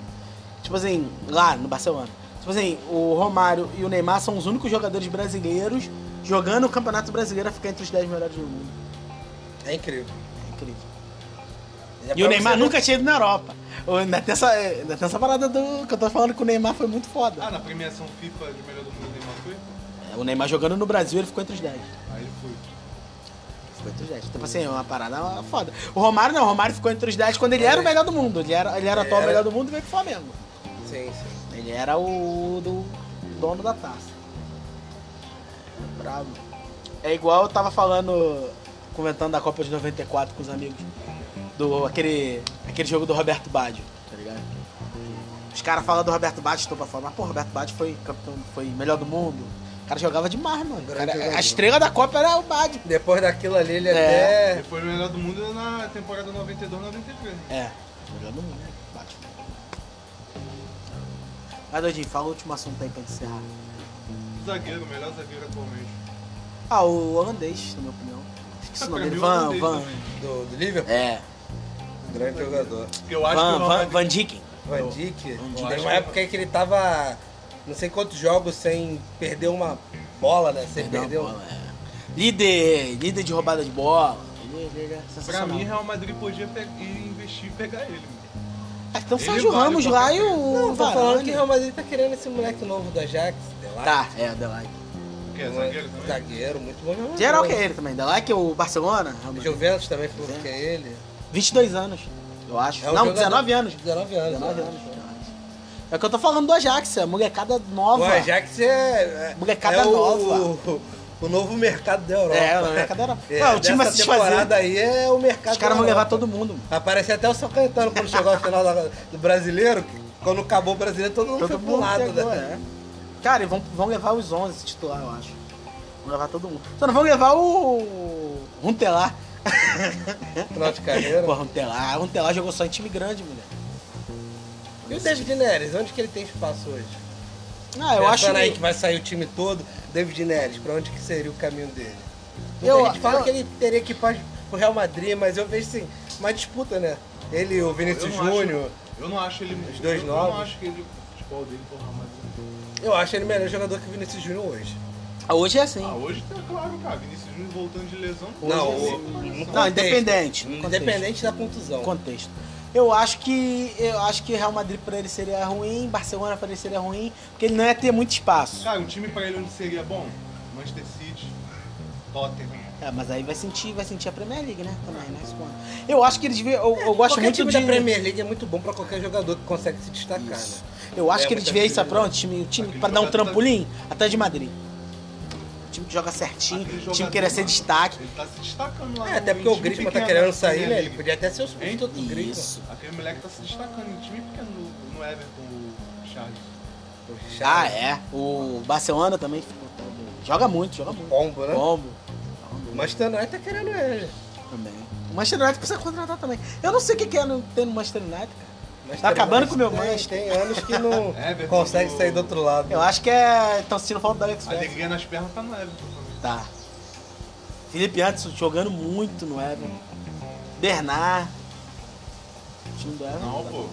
Tipo assim, lá no Barcelona. Tipo assim, o Romário e o Neymar são os únicos jogadores brasileiros jogando o Campeonato Brasileiro a ficar entre os 10 melhores do mundo. É incrível. É incrível. é E o pra Neymar você- nunca tinha ido na Europa. Ou Ainda tem, essa, ainda tem essa parada do que eu tô falando que o Neymar foi muito Ah, foda. na premiação FIFA de melhor do mundo Neymar foi? É, O Neymar jogando no Brasil, ele ficou entre os 10. Aí ele foi. Ficou entre os 10. Tipo assim, é uma parada foda. O Romário não, o Romário ficou entre os 10 quando ele era o melhor do mundo. Ele era, ele era Ele atual era- melhor do mundo e veio pro Flamengo. Sim, sim. Ele era o do dono da taça. Bravo. É igual eu tava falando comentando da Copa de 94 com os amigos. Do aquele, aquele jogo do Roberto Baggio, tá ligado? Os caras falam do Roberto Baggio, estou pra falar, mas pô, Roberto Baggio foi campeão, foi melhor do mundo. O cara jogava demais, mano. O cara- Grande jogador. a estrela da Copa era o Baggio. Depois daquilo ali, ele É. até. Depois o melhor do mundo na temporada 92, 93. É, melhor do mundo, né? Bate. Vai, Doidinho, fala o último assunto aí pra encerrar. Zagueiro, melhor zagueiro atualmente. Ah, o holandês, na minha opinião. Esqueci o Ah, pra nome dele. mim, Van, holandês né? Van. também. Do, do Liverpool? É. Grande jogador. Eu acho Van, que é o Van, Van, Van Dijk. Van Dijk. Van Dijk. Teve uma época aí que ele tava não sei quantos jogos sem perder uma bola, né? Sem Perdeu a perder bola, é. Líder, líder de roubada de bola. Ele, ele é Pra sensacional. mim, Real Madrid podia pe- ir investir e pegar ele. mano. Ah, então o ele Sérgio vale Ramos pra lá e caralho. o Não, tô Varane. falando que o Real Madrid tá querendo esse moleque novo da Ajax. Delay. Tá, é, o Delay. Que é zagueiro também? Zagueiro, muito bom jogador. Geral que é ele também. Delay que é o Barcelona. Real Madrid. Juventus também falou que é ele. 22 anos, eu acho. É um Não, jogador- 19 anos. 19 anos. 19 né? anos. É o que eu tô falando do Ajax, a molecada nova. O Ajax é. é- Molecada é o- nova. O, o novo mercado da Europa. É, a molecada era- É, Não, o time vai dessa se temporada desfazer. aí é o mercado Os caras da vão levar Europa. todo mundo. mano. Apareceu até o São Caetano quando chegou a final da- do brasileiro. que Quando acabou o brasileiro, todo mundo foi pro lado, pegou, né? é. Cara, e vão, vão levar os 11 titular, eu acho. Vão levar todo mundo. Só não vão levar o. Runtelar. Final de carreira. Pô, Runtelar. Runtelar jogou só em time grande, mulher. E o David Neres, onde que ele tem espaço hoje? Ah, eu acho Pensando aí que- que vai sair o time todo, David Neres, pra onde que seria o caminho dele? Eu- Eu, a gente fala eu- que ele teria que ir pra- pro Real Madrid, mas eu vejo assim, uma disputa, né? Ele, o Vinícius Eu não acho- Júnior, Eu não acho ele. Os dois eu novos. não acho que ele. O futebol dele pro Real Madrid. eu acho ele melhor jogador que o Vinícius Júnior hoje. Ah, Hoje é assim. Ah, hoje tá claro, cara. Vinícius Júnior voltando de lesão. Não, hoje, o- sim, Não, cara. independente. no contexto. Independente da No contusão. contexto. Eu acho que. Eu acho que Real Madrid pra ele seria ruim, Barcelona pra ele seria ruim, porque ele não ia ter muito espaço. Cara, um time pra ele onde seria bom? Manchester City, Tottenham. É, mas aí vai sentir, vai sentir a Premier League, né? Também, né? Isso conta. Eu acho que eles devia. Eu, eu gosto Qualquer muito time de. da Premier League é muito bom pra qualquer jogador que consegue se destacar, Isso. né? Eu acho É, que eles muita devia ir, sabe pra possibilidade. onde? Time, time Aquele pra dar um jogador tá- trampolim até de Madrid. O time que joga certinho, Aquele o time jogador, que queria ser mano, destaque. Ele tá se destacando lá. É, até no- porque em o time Griezmann tá pequeno, querendo na sair, Premier né? Ele League. podia até ser o substituto do Griezmann. Isso. Aquele moleque tá se destacando em time pequeno no, no Everton, o Charles. Ah, é. O Barcelona também ficou- joga muito, joga muito. Combo, né? Bombo. O Manchester United tá querendo ele. Também. O Manchester United precisa contratar também. Eu não sei o que, que é no, tem no Manchester United, cara. Mas Tá tem acabando anos- com o meu tem- Manchester. Tem anos que (laughs) não É Everton consegue do- sair do outro lado. Eu acho que é. Estão sentindo falta do Alex A Ferguson. alegria nas pernas tá no Everton também. Tá. Felipe Anderson jogando muito no Everton. Bernard. O time do Everton. tá Não, pô.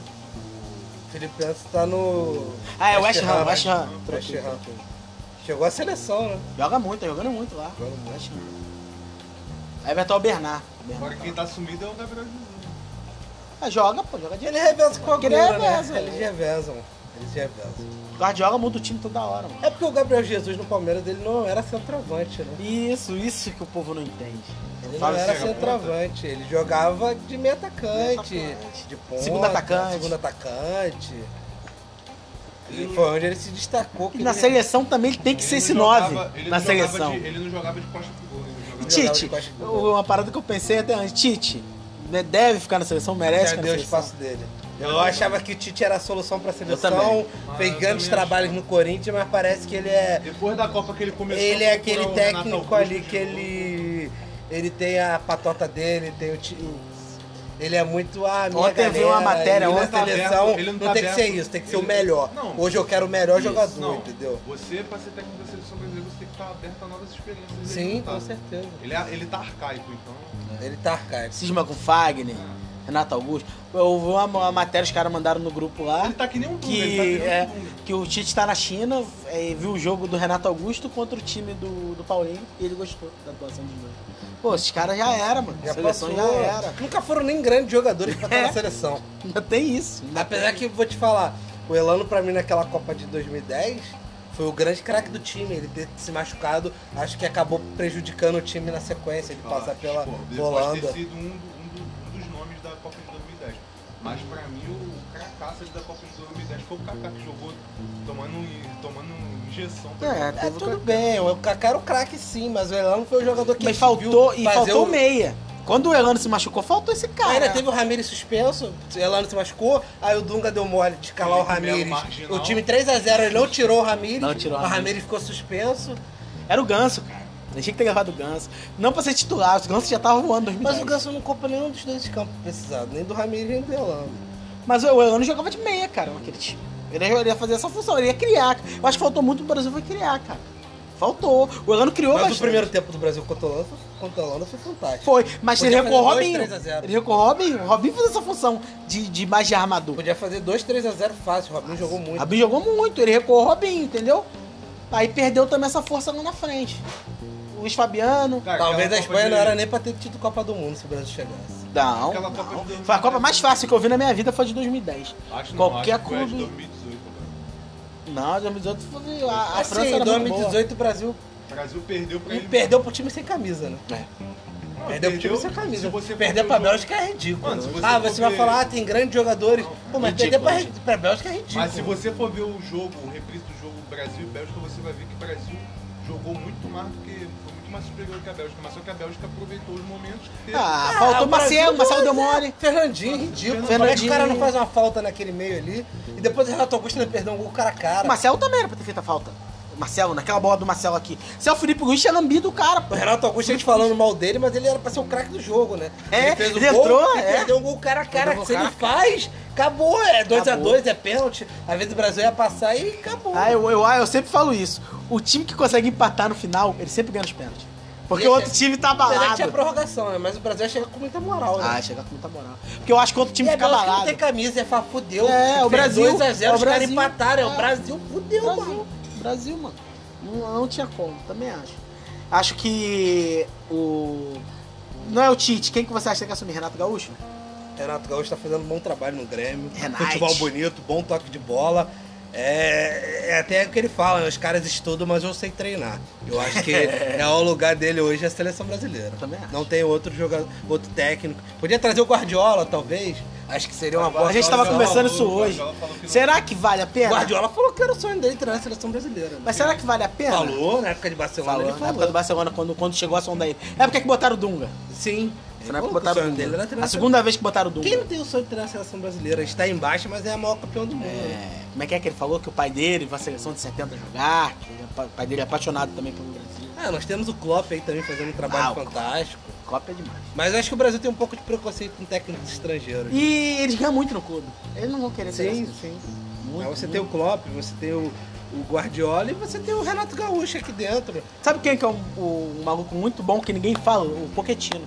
Felipe Anderson tá no. né? Ah, é o West Ham, West Ham. West Ham. Chegou a seleção, né? Joga muito, tá jogando muito lá. Joga muito. Acho. Everton é o Bernard. O Bernard Agora tá quem lá. tá sumido é o Gabriel Jesus. Ah, joga, pô, joga Ele direto. reveza com a Porque ele Agüero, reveza, né? Eles ele- revezam. Eles revezam. O Guardiola muda o time toda hora, mano. É porque o Gabriel Jesus no Palmeiras ele não era centroavante, né? Isso, isso que o povo não entende. Ele não Fala era assim, centroavante, ele jogava de meio atacante, Meio atacante. de ponta, Segundo atacante. segundo atacante. E foi onde ele se destacou. E que na ele- seleção também ele tem que ser Ele esse não 9 jogava- ele na não jogava seleção. de- ele não jogava de costa pro gol. Ele jogava Sim. jogava de Tite, costas pro gol. uma parada que eu pensei até antes. Tite, né, deve ficar na seleção, merece Já ficar na deu o seleção. espaço dele. Eu achava que o Tite era a solução pra também. seleção, Ah, fez eu grandes também trabalhos no Corinthians, mas parece que ele é. Depois da Copa que ele começou Ele a é procurar aquele o Renato técnico Augusto ali de que novo. ele. Ele tem a patota dele, tem o ti- Ele é muito a minha Ontem eu vi uma galera, matéria, e na ontem- Ele não tá seleção aberto, ele não, não tá tem que ser aberto. isso, tem que ser o Ele- melhor. Não. Hoje eu quero o melhor Isso, jogador, Não, entendeu? Você, pra ser técnico da seleção brasileira, você tem que estar aberto a novas experiências. Ele Sim, não tá. com certeza. Ele, é- ele tá arcaico, então. Ele tá arcaico. Cisma com Fagner, Renato Augusto. Eu vi uma, uma matéria, os caras mandaram no grupo É. lá. Ele tá que nem um Dunga, que, ele tá que nem é, um Dunga. que o Tite tá na China, é, viu o jogo do Renato Augusto contra o time do, do Paulinho e ele gostou da atuação dos dois. Pô, esses caras já era, mano. Já a seleção passou. já era. Nunca foram nem grandes jogadores É. (laughs) pra estar na seleção. Ainda tem isso. ainda Apesar tem. que, vou te falar, o Elano, pra mim, naquela Copa de 2010, foi o grande craque do time. Ele ter se machucado, acho que acabou prejudicando o time na sequência, ele Fala, passar pela pô, ele Pode Holanda. ter sido um, do- um do- um dos nomes da Copa de 2010. Mas pra mim, o craque fracassas da Copa de 2010 foi o Kaká que jogou tomando, tomando injeção. tá É, ligado? É, tudo bem, o Kaká era o craque sim, mas o Elano foi o jogador que Mas a gente faltou, viu e fazer faltou o- meia. Quando o Elano se machucou, faltou esse cara. Ainda teve o Ramires suspenso, o Elano se machucou, aí o Dunga deu mole de calar o Felipe Melo Ramires. marginal. O time 3x0, ele não tirou o Ramires, Não tirou o o Ramires. Ramires ficou suspenso. Era o Ganso, cara. Eu tinha que ter gravado o Ganso. Não pra ser titular, o Ganso já tava voando em 2010. Mas o Ganso não compra nenhum dos dois campos precisado, nem do Ramires nem do Elano. Mas o Elano jogava de meia, cara, naquele time. Ele ia- ele ia fazer essa função, ele ia criar. Eu acho que faltou muito pro Brasil foi criar, cara. Faltou. O Elano criou Mas o bastante. primeiro tempo do Brasil contra o Holanda foi- contra a Holanda foi fantástico. Foi, mas Podia ele recuou o fazer dois, Robinho. 3 a 0. Ele recuou o Robinho. O Robinho fez essa função de, de mais de armador. Podia fazer 2, 3x0 fácil, o Robinho jogou muito. O Ah, Robinho jogou muito, ele recuou o Robinho, entendeu? Aí perdeu também essa força lá na frente. O Luiz Fabiano. Cara, Talvez a aquela Copa Espanha de- não era nem pra ter tido Copa do Mundo se o Brasil chegasse. Não, Aquela Copa de não. 2010. Foi a Copa mais fácil que eu vi na minha vida foi a de 2010. Acho não, Qualquer acho que foi a de clube. 2018. cara. Não, 2018 foi. A, a assim, França em era 2018. 2018 o Brasil O Brasil perdeu pra ele. perdeu pro time sem camisa, né? Não, Perdeu pro time sem se camisa. você Perder for pra ver o jogo- Bélgica é ridículo. Mano, se você ah, for você vai ver- falar, ah, tem grandes jogadores. Pô, mas perder Ridículo, pra, ridículo. pra Bélgica é ridículo. Mas se você for ver o jogo, o reprise do jogo Brasil e Bélgica, você vai ver que o Brasil jogou muito mais do que. Foi muito mais superior que a Bélgica, mas só que a Bélgica aproveitou os momentos que teve. Ah, Ah, faltou o Marcelo, Brasil Marcelo dois, deu é. mole. Fernandinho, ridículo. Como é que o Fernandinho. cara não faz uma falta naquele meio ali? E depois o Renato Augusto ainda perdeu um gol cara a cara. O Marcelo também era pra ter feito a falta. O Marcelo, naquela bola do Marcelo aqui. Se é o Felipe Luiz, tinha lambido o cara, O pô. Renato Augusto, a gente falando mal dele, mas ele era pra ser o craque do jogo, né? É, ele fez o ele gol entrou, e é. perdeu um gol cara a cara. Perdeu um Se gol ele cara faz, acabou. É 2x2, Acabou. é pênalti. Às vezes o Brasil ia passar e acabou. Ah, eu, eu, ah, eu sempre falo isso. O time que consegue empatar no final, ele sempre ganha os pênaltis. Porque E o esse- outro time tá Apesar que tinha abalado. prorrogação, né? Mas o Brasil chega com muita moral, né? Ah, chegar com muita moral. Porque eu acho que o outro time E a fica Bélgica não abalado. tem camisa, é Fá, fudeu. É, o Fez Brasil, 2 a 0, é o os caras Brasil. empataram. É. É o Brasil, fudeu, Brasil, mano. Brasil, mano. Não, não tinha como, também acho. Acho que o. Não é o Tite. Quem que você acha que tem que assumir? Renato Gaúcho? Renato Gaúcho tá fazendo um bom trabalho no Grêmio. Renato. Futebol bonito, bom toque de bola. É, é até o que ele fala, né? os caras estudam, mas eu sei treinar. Eu acho (laughs) que é o lugar dele hoje é a seleção brasileira. Eu também acho. Não tem outro jogador, outro técnico. Podia trazer o Guardiola, talvez. Acho que seria uma boa. A gente tava solução. conversando isso falou, hoje. Guardiola falou que não- Será que vale a O pena? Guardiola falou que era o sonho dele treinar a seleção brasileira. né? É. Mas será que vale a pena? Falou, na época de Barcelona, Falou, né? ele na falou. época do Barcelona, quando, quando chegou a sonda aí. É porque que botaram o Dunga. Sim. Ele Foi na falou época que que botaram o o sonho dele era Dunga. treinar A segunda vez que botaram o Dunga. Quem não tem o sonho de treinar a seleção brasileira? Está embaixo, mas é a maior campeão do mundo. É, como é que é que ele falou? Que o pai dele vai à seleção de 70 jogar. Que ele é pa- o pai dele é apaixonado também pelo Brasil. Ah, nós temos o Klopp aí também fazendo um trabalho Ah, o Klopp. fantástico. Copa é demais. Mas eu acho que o Brasil tem um pouco de preconceito com técnicos estrangeiros. E eles ganham muito no clube. Eles não vão querer ter Sim, essa- sim. Muito, Aí você muito. tem o Klopp, você tem o, o Guardiola e você tem o Renato Gaúcho aqui dentro. Sabe quem que é um, um- um maluco muito bom que ninguém fala? O Poquetino.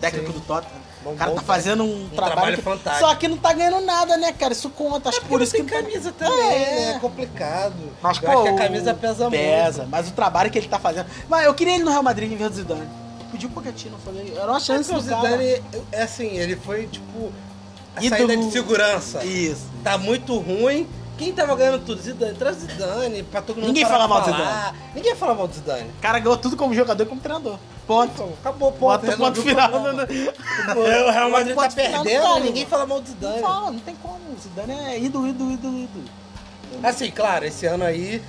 Técnico Sim. do Tottenham. Bom, o cara bom tá fazendo um, trabalho, trabalho que- fantástico. Só que não tá ganhando nada, né, cara? Isso conta. É Acho que por isso que. tem não tá- camisa também, É. né? É complicado. Mas, eu acho pô, que a camisa pesa muito. Pesa, mas o trabalho que ele tá fazendo. Mas eu queria ele no Real Madrid em vez do Zidane. Eu pedi o Pochettino, eu falei, era uma chance Antes do do cara. Zidane, é assim, ele foi tipo a Ídolo. saída de segurança. Isso. Tá muito ruim. Quem tava ganhando tudo? Zidane. Traz Zidane pra todo mundo Ninguém parar fala mal de do falar. Ninguém fala mal do Zidane. O cara ganhou tudo como jogador e como treinador. Ponto. Então, acabou, ponto. Bota o resolveu ponto final. né? problema. O Real Madrid tá Ponto final, perdendo, cara. ninguém fala mal do Não Zidane. né? fala, não tem como. O Zidane é ídolo, ídolo, ídolo, ídolo. Assim, claro, esse ano aí,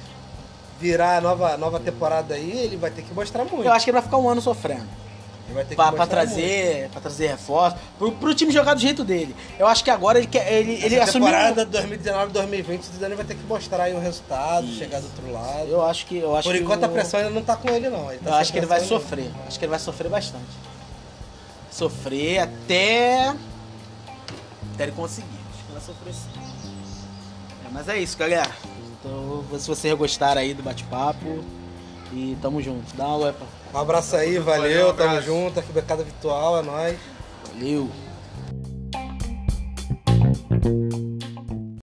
virar a nova, nova temporada aí, ele vai ter que mostrar muito. Eu acho que ele vai ficar um ano sofrendo. Ele vai ter que Pra, pra mostrar trazer, pra trazer reforço, pro, pro time jogar do jeito dele. Eu acho que agora ele quer. Ele, muito. ele Essa assumiu. um- temporada 2019, 2020, o Zidane vai ter que mostrar aí um resultado, Isso. chegar do outro lado. Eu acho que. Eu acho Por que enquanto o- a pressão ainda não tá com ele, não. Ele tá Eu sem acho que ele vai pressão nenhuma. sofrer. Acho que ele vai sofrer bastante. Sofrer até. Até ele conseguir. Acho que ele vai sofrer sim. É, mas é isso, galera. Então, se vocês gostaram aí do bate-papo. E tamo junto. Dá uma ué, pá. Um abraço aí, Valeu, valeu, abraço. tamo junto, aqui Becada Virtual, é nóis. Valeu.